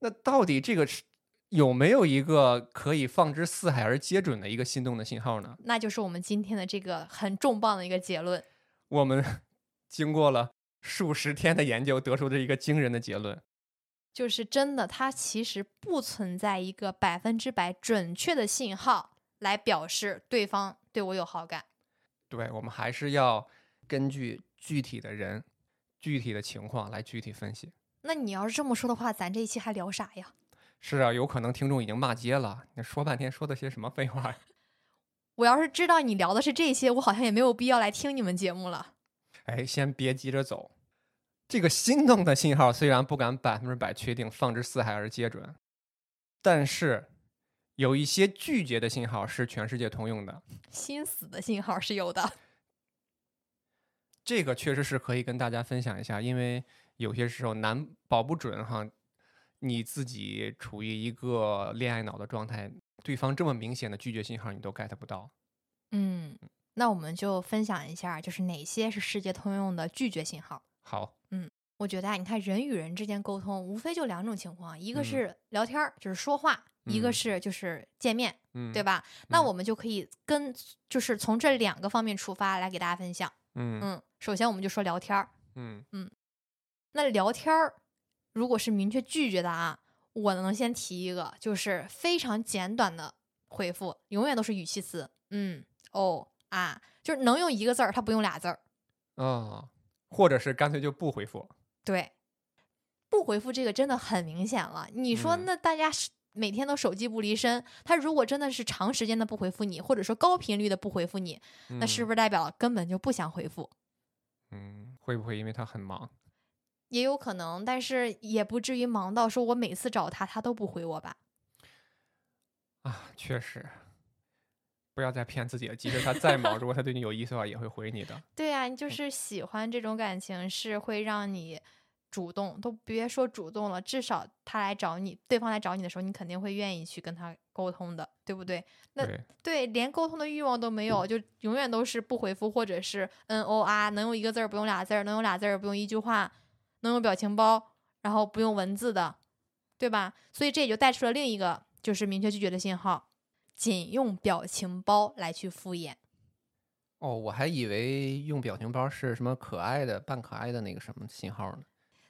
[SPEAKER 2] 那到底这个是有没有一个可以放之四海而皆准的一个心动的信号呢？
[SPEAKER 1] 那就是我们今天的这个很重磅的一个结论。
[SPEAKER 2] 我们 *laughs* 经过了数十天的研究，得出的一个惊人的结论。
[SPEAKER 1] 就是真的，它其实不存在一个百分之百准确的信号来表示对方对我有好感。
[SPEAKER 2] 对我们还是要根据具体的人、具体的情况来具体分析。
[SPEAKER 1] 那你要是这么说的话，咱这一期还聊啥呀？
[SPEAKER 2] 是啊，有可能听众已经骂街了，你说半天说的些什么废话呀？
[SPEAKER 1] 我要是知道你聊的是这些，我好像也没有必要来听你们节目了。
[SPEAKER 2] 哎，先别急着走。这个心动的信号虽然不敢百分之百确定放之四海而皆准，但是有一些拒绝的信号是全世界通用的，
[SPEAKER 1] 心死的信号是有的，
[SPEAKER 2] 这个确实是可以跟大家分享一下，因为有些时候难保不准哈，你自己处于一个恋爱脑的状态，对方这么明显的拒绝信号你都 get 不到。
[SPEAKER 1] 嗯，那我们就分享一下，就是哪些是世界通用的拒绝信号。
[SPEAKER 2] 好，
[SPEAKER 1] 我觉得啊，你看人与人之间沟通，无非就两种情况，一个
[SPEAKER 2] 嗯
[SPEAKER 1] 是聊天儿，就是说话；一
[SPEAKER 2] 嗯
[SPEAKER 1] 个是就是见面，
[SPEAKER 2] 嗯，
[SPEAKER 1] 对？吧？那
[SPEAKER 2] 嗯
[SPEAKER 1] 我们就可以跟就是从这两个方面出发来给大家分享。
[SPEAKER 2] 嗯
[SPEAKER 1] 嗯，首先我们就说聊天儿，
[SPEAKER 2] 嗯
[SPEAKER 1] 那聊天儿如果是明确拒绝的啊，我能先提一个，就是非常简短的回复，永远都是语气词，嗯，哦啊，就是能用一个字儿，它不用俩字儿。
[SPEAKER 2] 啊、或者是干脆就不回复。
[SPEAKER 1] 对，不回复这个真的很明显了。你说
[SPEAKER 2] 嗯
[SPEAKER 1] 那大家是每天都手机不离身，他如果真的是长时间的不回复你，或者说高频率的不回复你，那是
[SPEAKER 2] 嗯
[SPEAKER 1] 不是代表根本就不想回复？
[SPEAKER 2] 嗯，会不会因为他很忙？
[SPEAKER 1] 也有可能，但是也不至于忙到说我每次找他他都不回我吧。
[SPEAKER 2] 啊，确实，不要再骗自己了。即使他再 *laughs* 忙，如果他对你有意思的话，也会回你 *laughs* 的。
[SPEAKER 1] 对啊呀、你就是喜欢这种感情是会让你主动，都别说主动了，至少他来找你，对方来找你的时候，你肯定会愿意去跟他沟通的，对不对？那
[SPEAKER 2] 对，
[SPEAKER 1] 对，连沟通的欲望都没有，就永远都是不回复，或者是嗯哦啊，能用一个字儿不用俩字儿，能用俩字儿不用一句话，能用表情包，然后不用文字的，对吧？所以这也就带出了另一个就是明确拒绝的信号，仅用表情包来去敷衍。
[SPEAKER 2] 哦，我还以为用表情包是什么可爱的、扮可爱的那个什么信号呢。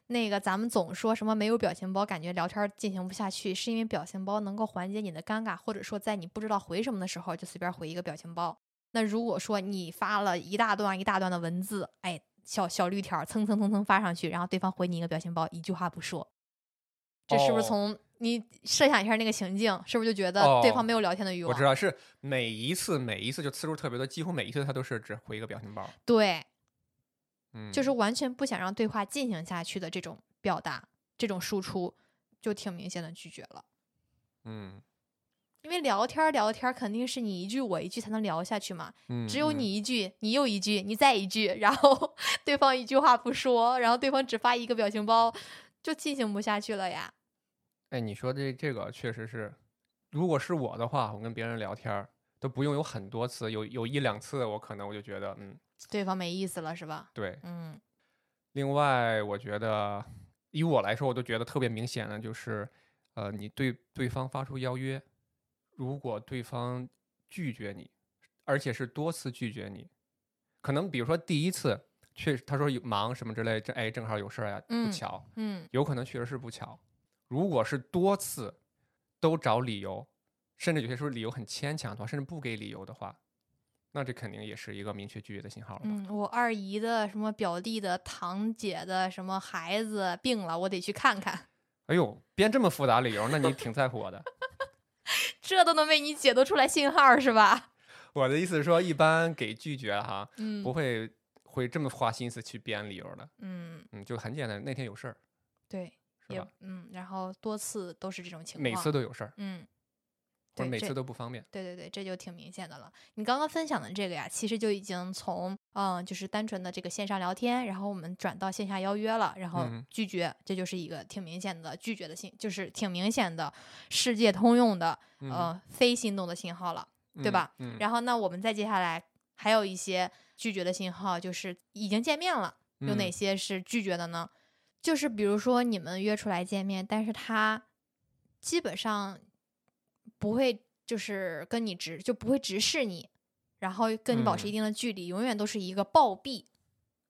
[SPEAKER 1] 那个咱们总说什么没有表情包，感觉聊天儿进行不下去，是因为表情包能够缓解你的尴尬，或者说在你不知道回什么的时候，就随便回一个表情包。那如果说你发了一大段一大段的文字，哎，小小绿条儿蹭蹭蹭蹭发上去，然后对方回你一个表情包，一句话不说，这是不是
[SPEAKER 2] 哦
[SPEAKER 1] 从你设想一下那个情境，是不是就觉
[SPEAKER 2] 哦
[SPEAKER 1] 得对方没有啊聊天的欲
[SPEAKER 2] 我
[SPEAKER 1] 望？
[SPEAKER 2] 知道是每一次每一次就次数特别多，几乎每一次他都是只回一个表情包。
[SPEAKER 1] 对，
[SPEAKER 2] 嗯，
[SPEAKER 1] 就是完全不想让对话进行下去的这种表达，这种输出，就挺明显的拒绝了。
[SPEAKER 2] 嗯
[SPEAKER 1] 因为聊天儿聊天儿肯定是你一句我一句才能聊下去嘛，
[SPEAKER 2] 嗯，
[SPEAKER 1] 只有
[SPEAKER 2] 嗯
[SPEAKER 1] 你一句，你又一句，你再一句，然后 *laughs* 对方一句话不说，然后对方只发一个表情包，就进行不下去了呀。
[SPEAKER 2] 哎，你说这这个确实是如果是我的话，我跟别人聊天儿都不用有很多次，有有一两次，我可能我就觉得，嗯，
[SPEAKER 1] 对方没意思了是吧？
[SPEAKER 2] 对。
[SPEAKER 1] 嗯
[SPEAKER 2] 另外，我觉得以我来说，我都觉得特别明显的就是，呃，你对对方发出邀约，如果对方拒绝你，而且是多次拒绝你，可能比如说第一次确实他说有忙什么之类，这哎正好有事儿啊，不
[SPEAKER 1] 嗯
[SPEAKER 2] 巧，
[SPEAKER 1] 嗯
[SPEAKER 2] 有可能确实是不巧。如果是多次都找理由，甚至有些时候理由很牵强的话，甚至不给理由的话，那这肯定也是一个明确拒绝的信号了吧？
[SPEAKER 1] 嗯，我二姨的什么表弟的堂姐的什么孩子病了，我得去看看， *laughs*
[SPEAKER 2] 哎呦，编这么复杂理由，那你挺在乎我的。
[SPEAKER 1] 这都能为你解读出来信号是吧？ *laughs*
[SPEAKER 2] 我的意思是说，一般给拒绝哈，
[SPEAKER 1] 嗯
[SPEAKER 2] 不会会这么花心思去编理由的。
[SPEAKER 1] 嗯，
[SPEAKER 2] 嗯，就很简单，那天有事儿，
[SPEAKER 1] 对，
[SPEAKER 2] 是
[SPEAKER 1] 也
[SPEAKER 2] 吧？
[SPEAKER 1] 嗯，然后多次都是这种情况，
[SPEAKER 2] 每次都有事儿，
[SPEAKER 1] 嗯，
[SPEAKER 2] 或
[SPEAKER 1] 对
[SPEAKER 2] 者每
[SPEAKER 1] 这
[SPEAKER 2] 次都不方便。
[SPEAKER 1] 对对对，这就挺明显的了。你刚刚分享的这个呀，其实就已经从嗯，就是单纯的这个线上聊天，然后我们转到线下邀约了，然后
[SPEAKER 2] 嗯
[SPEAKER 1] 拒绝，这就是一个挺明显的拒绝的信，就是挺明显的世界通用的
[SPEAKER 2] 嗯、
[SPEAKER 1] 呃非心动的信号了。
[SPEAKER 2] 嗯，
[SPEAKER 1] 对吧
[SPEAKER 2] 嗯？
[SPEAKER 1] 然后那我们再接下来还有一些拒绝的信号，就是已经见面了，有哪
[SPEAKER 2] 嗯
[SPEAKER 1] 些是拒绝的呢？就是比如说你们约出来见面，但是他基本上不会就是跟你直就不会直视你，然后跟你保持一
[SPEAKER 2] 嗯
[SPEAKER 1] 定的距离，永远都是一个暴毙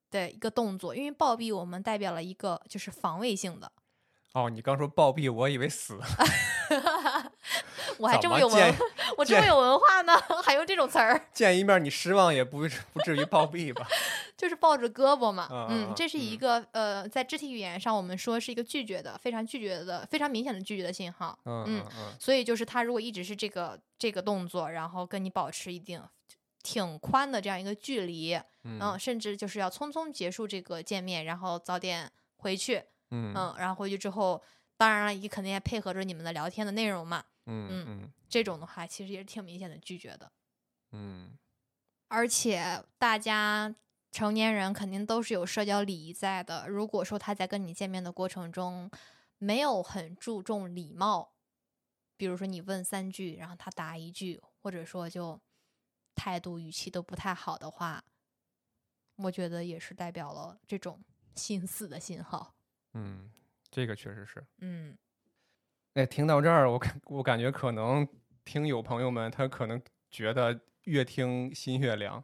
[SPEAKER 1] 的一个动作，因为暴毙我们代表了一个就是防卫性的。
[SPEAKER 2] 哦，你刚说暴毙，我以为死。
[SPEAKER 1] 我还
[SPEAKER 2] 怎
[SPEAKER 1] 这么有文
[SPEAKER 2] 见，
[SPEAKER 1] 我这么
[SPEAKER 2] 见
[SPEAKER 1] 有文化呢， *laughs* 还用这种词儿？
[SPEAKER 2] 见一面你失望也不不至于暴
[SPEAKER 1] *laughs*
[SPEAKER 2] 毙吧？
[SPEAKER 1] 就是抱着胳膊嘛，
[SPEAKER 2] 啊啊
[SPEAKER 1] 嗯
[SPEAKER 2] 啊，
[SPEAKER 1] 这是一
[SPEAKER 2] 嗯
[SPEAKER 1] 个、呃，在肢体语言上我们说是一个拒绝的，非常拒绝的，非常明显的拒绝的信号。
[SPEAKER 2] 嗯
[SPEAKER 1] 嗯
[SPEAKER 2] 嗯嗯
[SPEAKER 1] 所以就是他如果一直是这个这个动作，然后跟你保持一定挺宽的这样一个距离，
[SPEAKER 2] 嗯
[SPEAKER 1] 嗯，甚至就是要匆匆结束这个见面，然后早点回去，
[SPEAKER 2] 嗯
[SPEAKER 1] 嗯，然后回去之后，当然了，也肯定也配合着你们的聊天的内容嘛。
[SPEAKER 2] 嗯
[SPEAKER 1] 嗯
[SPEAKER 2] 嗯
[SPEAKER 1] 这种的话，其实也是挺明显的拒绝的。
[SPEAKER 2] 嗯
[SPEAKER 1] 而且大家成年人肯定都是有社交礼仪在的。如果说他在跟你见面的过程中没有很注重礼貌，比如说你问三句，然后他答一句，或者说就态度语气都不太好的话，我觉得也是代表了这种心死的信号。
[SPEAKER 2] 嗯，这个确实是。
[SPEAKER 1] 嗯
[SPEAKER 2] 哎，听到这儿，我感我感觉可能听友朋友们，他可能觉得越听心越凉。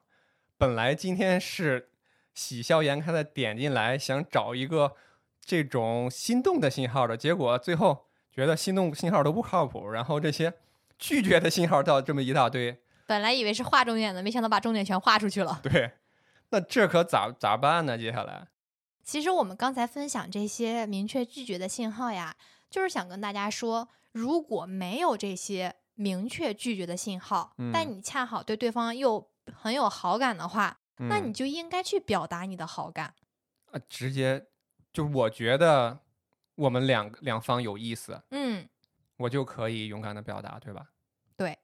[SPEAKER 2] 本来今天是喜笑颜开的点进来，想找一个这种心动的信号的，结果最后觉得心动信号都不靠谱，然后这些拒绝的信号到这么一大堆，
[SPEAKER 1] 本来以为是划重点的，没想到把重点全划出去了。
[SPEAKER 2] 对，那这可咋咋办呢？接下来，
[SPEAKER 1] 其实我们刚才分享这些明确拒绝的信号呀，就是想跟大家说，如果没有这些明确拒绝的信号，但
[SPEAKER 2] 嗯
[SPEAKER 1] 你恰好对对方又很有好感的话，那
[SPEAKER 2] 嗯
[SPEAKER 1] 你就应该去表达你的好感。
[SPEAKER 2] 啊，直接就我觉得我们两两方有意思，
[SPEAKER 1] 嗯，
[SPEAKER 2] 我就可以勇敢的表达，对吧？
[SPEAKER 1] 对，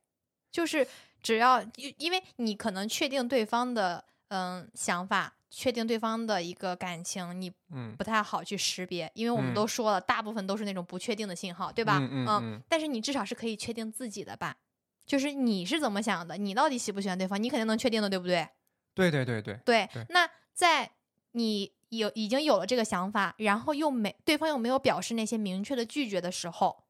[SPEAKER 1] 就是只要因因为你可能确定对方的嗯想法，确定对方的一个感情，你
[SPEAKER 2] 嗯，
[SPEAKER 1] 不太好去识别，因为我们
[SPEAKER 2] 嗯
[SPEAKER 1] 都说了，大部分都是那种不确定的信号，对吧？
[SPEAKER 2] 嗯嗯嗯
[SPEAKER 1] 但是你至少是可以确定自己的吧，就是你是怎么想的，你到底喜不喜欢对方，你肯定能确定的，对不对？
[SPEAKER 2] 对对对对，
[SPEAKER 1] 对。
[SPEAKER 2] 对
[SPEAKER 1] 那在你有已经有了这个想法，然后又没对方又没有表示那些明确的拒绝的时候，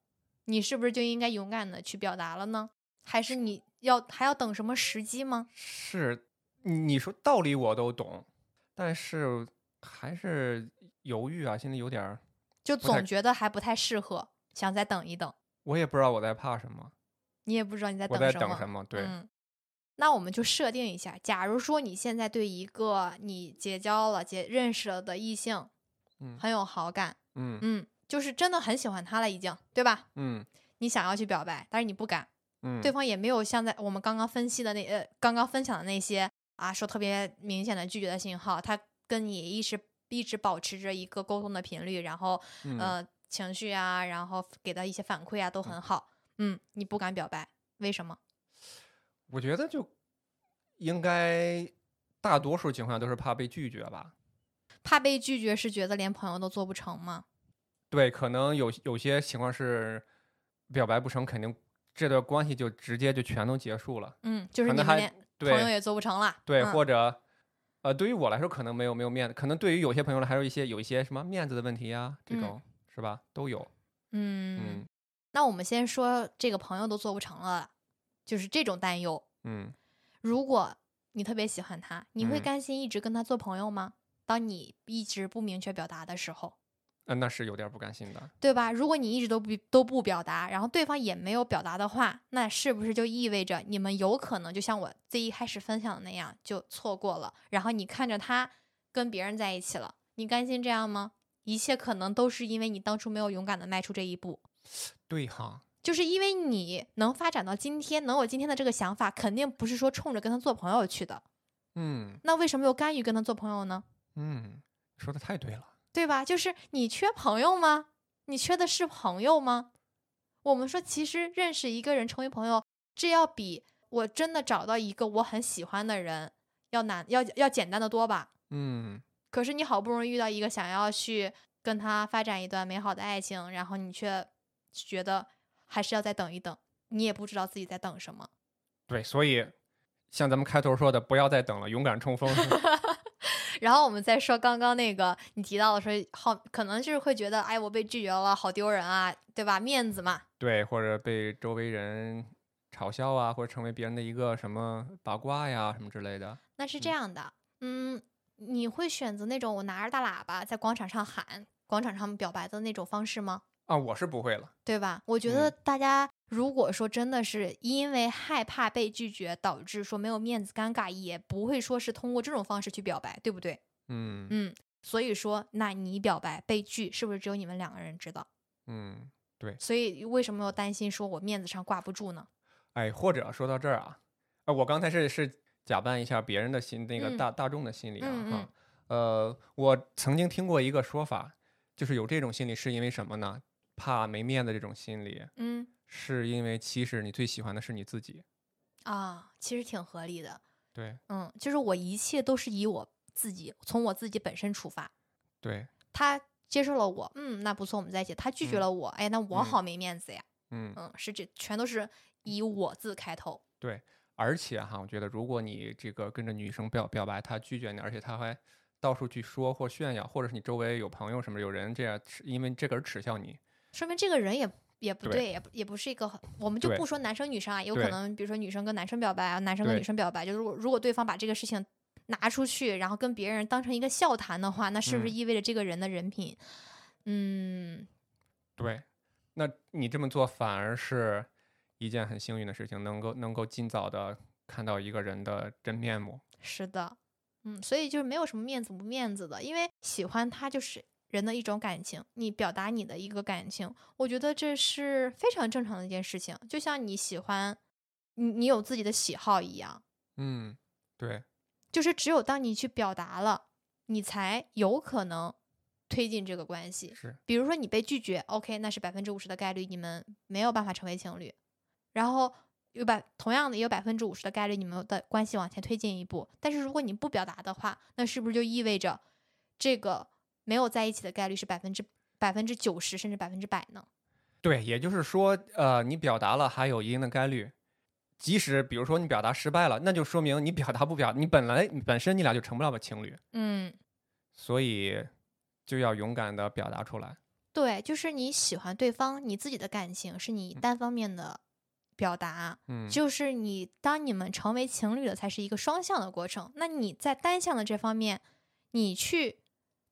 [SPEAKER 1] 你是不是就应该勇敢的去表达了呢？还是你要还要等什么时机吗？
[SPEAKER 2] 是你你说道理我都懂，但是还是犹豫啊，心里有点儿，
[SPEAKER 1] 就
[SPEAKER 2] 不太
[SPEAKER 1] 总觉得还不太适合，想再等一等，
[SPEAKER 2] 我也不知道我在怕什么，
[SPEAKER 1] 你也不知道你在
[SPEAKER 2] 我
[SPEAKER 1] 等
[SPEAKER 2] 在
[SPEAKER 1] 什
[SPEAKER 2] 等
[SPEAKER 1] 么
[SPEAKER 2] 什么，对，
[SPEAKER 1] 嗯，那我们就设定一下，假如说你现在对一个你结交了、结认识了的异性
[SPEAKER 2] 嗯
[SPEAKER 1] 很有好感，
[SPEAKER 2] 嗯
[SPEAKER 1] 嗯，就是真的很喜欢他了，已经，对吧？
[SPEAKER 2] 嗯
[SPEAKER 1] 你想要去表白，但是你不敢，
[SPEAKER 2] 嗯，
[SPEAKER 1] 对方也没有像在我们刚刚分析的那呃刚刚分享的那些啊，说特别明显的拒绝的信号，他跟你一直一直保持着一个沟通的频率，然后
[SPEAKER 2] 嗯
[SPEAKER 1] 呃情绪啊，然后给的一些反馈啊都很好，嗯，你不敢表白，为什么？
[SPEAKER 2] 我觉得就应该大多数情况都是怕被拒绝吧。
[SPEAKER 1] 怕被拒绝是觉得连朋友都做不成吗？
[SPEAKER 2] 对，可能有有些情况是表白不成，肯定这段关系就直接就全都结束了。
[SPEAKER 1] 嗯，就是
[SPEAKER 2] 可
[SPEAKER 1] 你们
[SPEAKER 2] 能还
[SPEAKER 1] 连朋友
[SPEAKER 2] 对
[SPEAKER 1] 也做不成了，
[SPEAKER 2] 对，
[SPEAKER 1] 嗯
[SPEAKER 2] 或者呃，对于我来说可能没有没有面子，可能对于有些朋友来说还有一些有一些什么面子的问题呀，这
[SPEAKER 1] 嗯
[SPEAKER 2] 种、是吧？都有。
[SPEAKER 1] 嗯
[SPEAKER 2] 嗯，
[SPEAKER 1] 那我们先说这个朋友都做不成了，就是这种担忧。
[SPEAKER 2] 嗯，
[SPEAKER 1] 如果你特别喜欢他，你会
[SPEAKER 2] 嗯
[SPEAKER 1] 甘心一直跟他做朋友吗？当你一直不明确表达的时候，
[SPEAKER 2] 呃那是有点不甘心的。
[SPEAKER 1] 对吧？如果你一直都不都不表达，然后对方也没有表达的话，那是不是就意味着你们有可能就像我最一开始分享的那样，就错过了？然后你看着他跟别人在一起了，你甘心这样吗？一切可能都是因为你当初没有勇敢的迈出这一步。
[SPEAKER 2] 对哈，
[SPEAKER 1] 就是因为你能发展到今天，能有今天的这个想法，肯定不是说冲着跟他做朋友去的。
[SPEAKER 2] 嗯
[SPEAKER 1] 那为什么又甘于跟他做朋友呢？
[SPEAKER 2] 嗯，说的太对了。
[SPEAKER 1] 对吧？就是你缺朋友吗？你缺的是朋友吗？我们说，其实认识一个人成为朋友，这要比我真的找到一个我很喜欢的人要难，要要简单的多吧。
[SPEAKER 2] 嗯，
[SPEAKER 1] 可是你好不容易遇到一个想要去跟他发展一段美好的爱情，然后你却觉得还是要再等一等，你也不知道自己在等什么。
[SPEAKER 2] 对，所以像咱们开头说的，不要再等了，勇敢 *laughs* 冲锋。
[SPEAKER 1] 然后我们再说刚刚那个你提到的说好，可能就是会觉得哎，我被拒绝了，好丢人啊，对吧？面子嘛，
[SPEAKER 2] 对，或者被周围人嘲笑啊，或者成为别人的一个什么八卦呀，什么之类的。
[SPEAKER 1] 那是这
[SPEAKER 2] 嗯
[SPEAKER 1] 样的，嗯，你会选择那种我拿着大喇叭在广场上喊、广场上表白的那种方式吗？
[SPEAKER 2] 啊，我是不会了。
[SPEAKER 1] 对吧？我觉
[SPEAKER 2] 嗯
[SPEAKER 1] 得大家如果说真的是因为害怕被拒绝，导致说没有面子、尴尬，也不会说是通过这种方式去表白，对不对？
[SPEAKER 2] 嗯
[SPEAKER 1] 嗯，所以说，那你表白被拒，是不是只有你们两个人知道？
[SPEAKER 2] 嗯，
[SPEAKER 1] 所以为什么要担心说我面子上挂不住呢？
[SPEAKER 2] 哎，或者说到这儿啊，呃，我刚才是是假扮一下别人的心，
[SPEAKER 1] 嗯
[SPEAKER 2] 那个大、大众的心理啊，
[SPEAKER 1] 嗯
[SPEAKER 2] 哈，呃，我曾经听过一个说法，就是有这种心理是因为什么呢？怕没面子这种心理，
[SPEAKER 1] 嗯
[SPEAKER 2] 是因为其实你最喜欢的是你自己。
[SPEAKER 1] 啊，其实挺合理的。
[SPEAKER 2] 对
[SPEAKER 1] 嗯，就是我一切都是以我自己，从我自己本身出发。
[SPEAKER 2] 对，
[SPEAKER 1] 他接受了我，嗯，那不错，我们在一起。他拒绝
[SPEAKER 2] 嗯
[SPEAKER 1] 了我，哎，那我
[SPEAKER 2] 嗯
[SPEAKER 1] 好没面子呀。
[SPEAKER 2] 嗯，
[SPEAKER 1] 嗯，是这全都是以我字开头。
[SPEAKER 2] 而且哈，我觉得如果你这个跟着女生表表白，她拒绝你，而且她还到处去说或炫耀，或者是你周围有朋友什么有人这样耻，因为这个而耻笑你，
[SPEAKER 1] 说明这个人也也不
[SPEAKER 2] 对
[SPEAKER 1] 对，也不也不是一个很，我们就
[SPEAKER 2] 对
[SPEAKER 1] 不说男生女生啊，有可
[SPEAKER 2] 对
[SPEAKER 1] 能比如说女生跟男生表白啊，男生跟
[SPEAKER 2] 对
[SPEAKER 1] 女生表白，就是如果如果对方把这个事情拿出去，然后跟别人当成一个笑谈的话，那是不是
[SPEAKER 2] 嗯
[SPEAKER 1] 意味着这个人的人品，嗯，
[SPEAKER 2] 对，那你这么做反而是一件很幸运的事情，能够能够尽早的看到一个人的真面目。
[SPEAKER 1] 是的，嗯，所以就是没有什么面子不面子的，因为喜欢他就是人的一种感情，你表达你的一个感情，我觉得这是非常正常的一件事情，就像你喜欢你你有自己的喜好一样。
[SPEAKER 2] 嗯，对，
[SPEAKER 1] 就是只有当你去表达了，你才有可能推进这个关系。
[SPEAKER 2] 是，
[SPEAKER 1] 比如说你被拒绝，OK，那是百分之五十的概率你们没有办法成为情侣，然后有百同样的也有百分之五十的概率你们的关系往前推进一步。但是如果你不表达的话，那是不是就意味着这个没有在一起的概率是百分之百分之九十甚至百分之百呢？
[SPEAKER 2] 对，也就是说，呃，你表达了还有一定的概率，即使比如说你表达失败了，那就说明你表达不表，你本来本身你俩就成不了情侣，
[SPEAKER 1] 嗯，
[SPEAKER 2] 所以就要勇敢的表达出来。
[SPEAKER 1] 对，就是你喜欢对方，你自己的感情是你单方面的表达。
[SPEAKER 2] 嗯，
[SPEAKER 1] 就是你当你们成为情侣了，才是一个双向的过程。那你在单向的这方面，你去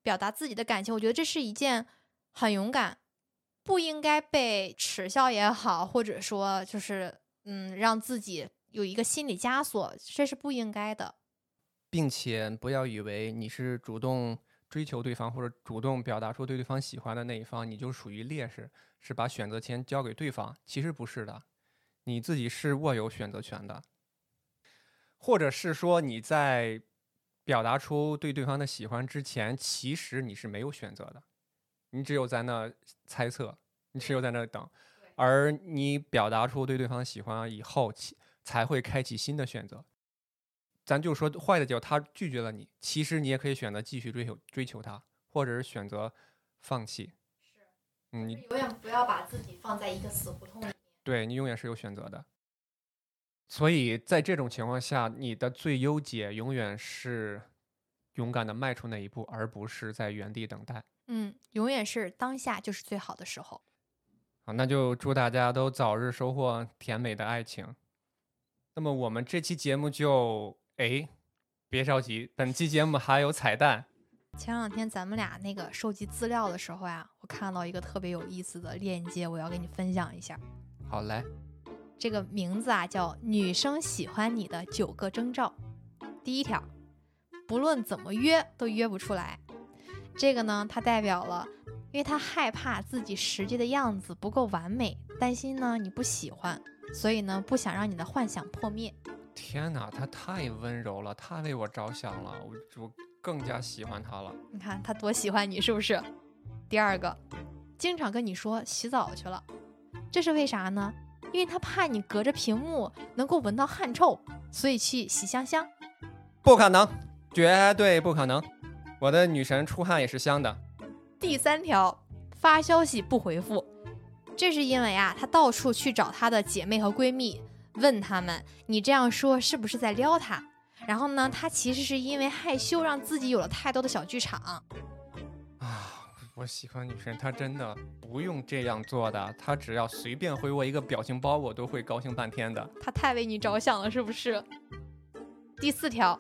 [SPEAKER 1] 表达自己的感情，我觉得这是一件很勇敢，不应该被耻笑也好，或者说就是嗯，让自己有一个心理枷锁，这是不应该的。
[SPEAKER 2] 并且不要以为你是主动追求对方或者主动表达出对对方喜欢的那一方，你就属于劣势，是把选择权交给对方。其实不是的，你自己是握有选择权的，或者是说你在表达出对对方的喜欢之前，其实你是没有选择的，你只有在那猜测，你只有在那等，而你表达出对对方喜欢以后，其才会开启新的选择。咱就说坏的结果，他拒绝了你，其实你也可以选择继续追求追求他，或者是选择放弃。嗯，你
[SPEAKER 1] 永远不要把自己放在一个死胡同里。
[SPEAKER 2] 对你永远是有选择的。所以在这种情况下，你的最优解永远是勇敢的迈出那一步，而不是在原地等待。
[SPEAKER 1] 嗯，永远是当下就是最好的时候。
[SPEAKER 2] 好，那就祝大家都早日收获甜美的爱情。那么我们这期节目就哎，别着急，本期节目还有彩蛋。
[SPEAKER 1] 前两天咱们俩那个收集资料的时候呀，我看到一个特别有意思的链接，我要跟你分享一下。
[SPEAKER 2] 好来，
[SPEAKER 1] 这个名字啊叫“女生喜欢你的九个征兆”。第一条，不论怎么约都约不出来。这个呢，它代表了，因为他害怕自己实际的样子不够完美，担心呢你不喜欢，所以呢不想让你的幻想破灭。
[SPEAKER 2] 天哪，他太温柔了，太为我着想了，我我更加喜欢他了。
[SPEAKER 1] 你看他多喜欢你，是不是？第二个，经常跟你说洗澡去了，这是为啥呢？因为他怕你隔着屏幕能够闻到汗臭，所以去洗香香。
[SPEAKER 2] 不可能，绝对不可能！我的女神出汗也是香的。
[SPEAKER 1] 第三条，发消息不回复，这是因为啊，她到处去找她的姐妹和闺蜜，问她们你这样说是不是在撩她？然后呢，她其实是因为害羞，让自己有了太多的小剧场。
[SPEAKER 2] 啊，我喜欢女神，她真的不用这样做的，她只要随便回我一个表情包，我都会高兴半天的。
[SPEAKER 1] 她太为你着想了，是不是？第四条，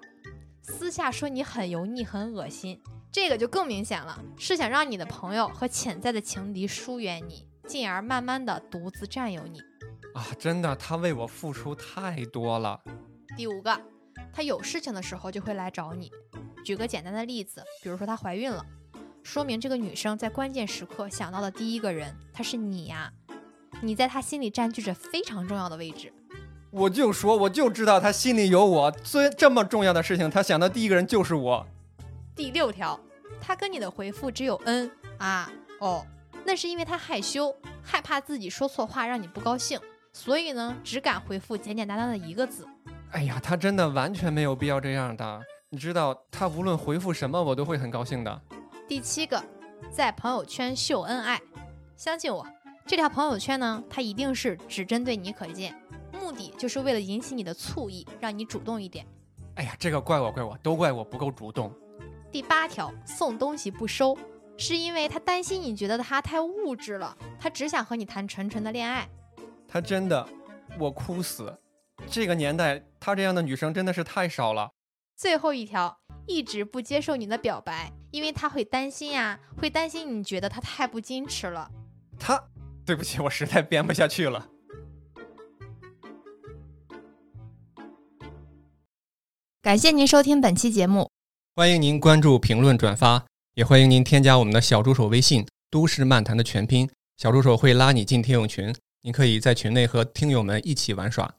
[SPEAKER 1] 私下说你很油腻、很恶心，这个就更明显了，是想让你的朋友和潜在的情敌疏远你，进而慢慢的独自占有你。
[SPEAKER 2] 啊，真的，她为我付出太多了。
[SPEAKER 1] 第五个，她有事情的时候就会来找你。举个简单的例子，比如说她怀孕了，说明这个女生在关键时刻想到的第一个人，她是你呀、你在她心里占据着非常重要的位置。
[SPEAKER 2] 我就说，我就知道她心里有我。最这么重要的事情，她想的第一个人就是我。
[SPEAKER 1] 第六条，她跟你的回复只有嗯啊哦，那是因为她害羞，害怕自己说错话让你不高兴，所以呢，只敢回复简简单单的一个字。
[SPEAKER 2] 哎呀，她真的完全没有必要这样的。你知道，她无论回复什么，我都会很高兴的。
[SPEAKER 1] 第七个，在朋友圈秀恩爱。相信我，这条朋友圈呢，它一定是只针对你可见，目的就是为了引起你的醋意，让你主动一点。
[SPEAKER 2] 哎呀，这个怪我，怪我，都怪我不够主动。
[SPEAKER 1] 第八条，送东西不收，是因为他担心你觉得他太物质了，他只想和你谈纯纯的恋爱。
[SPEAKER 2] 她真的，我哭死。这个年代，她这样的女生真的是太少了。
[SPEAKER 1] 最后一条，一直不接受你的表白，因为他会担心呀、会担心你觉得他太不矜持了。
[SPEAKER 2] 她，对不起，我实在编不下去了。
[SPEAKER 1] 感谢您收听本期节目，
[SPEAKER 2] 欢迎您关注、评论、转发，也欢迎您添加我们的小助手微信“都市漫谈”的全拼，小助手会拉你进听友群，您可以在群内和听友们一起玩耍。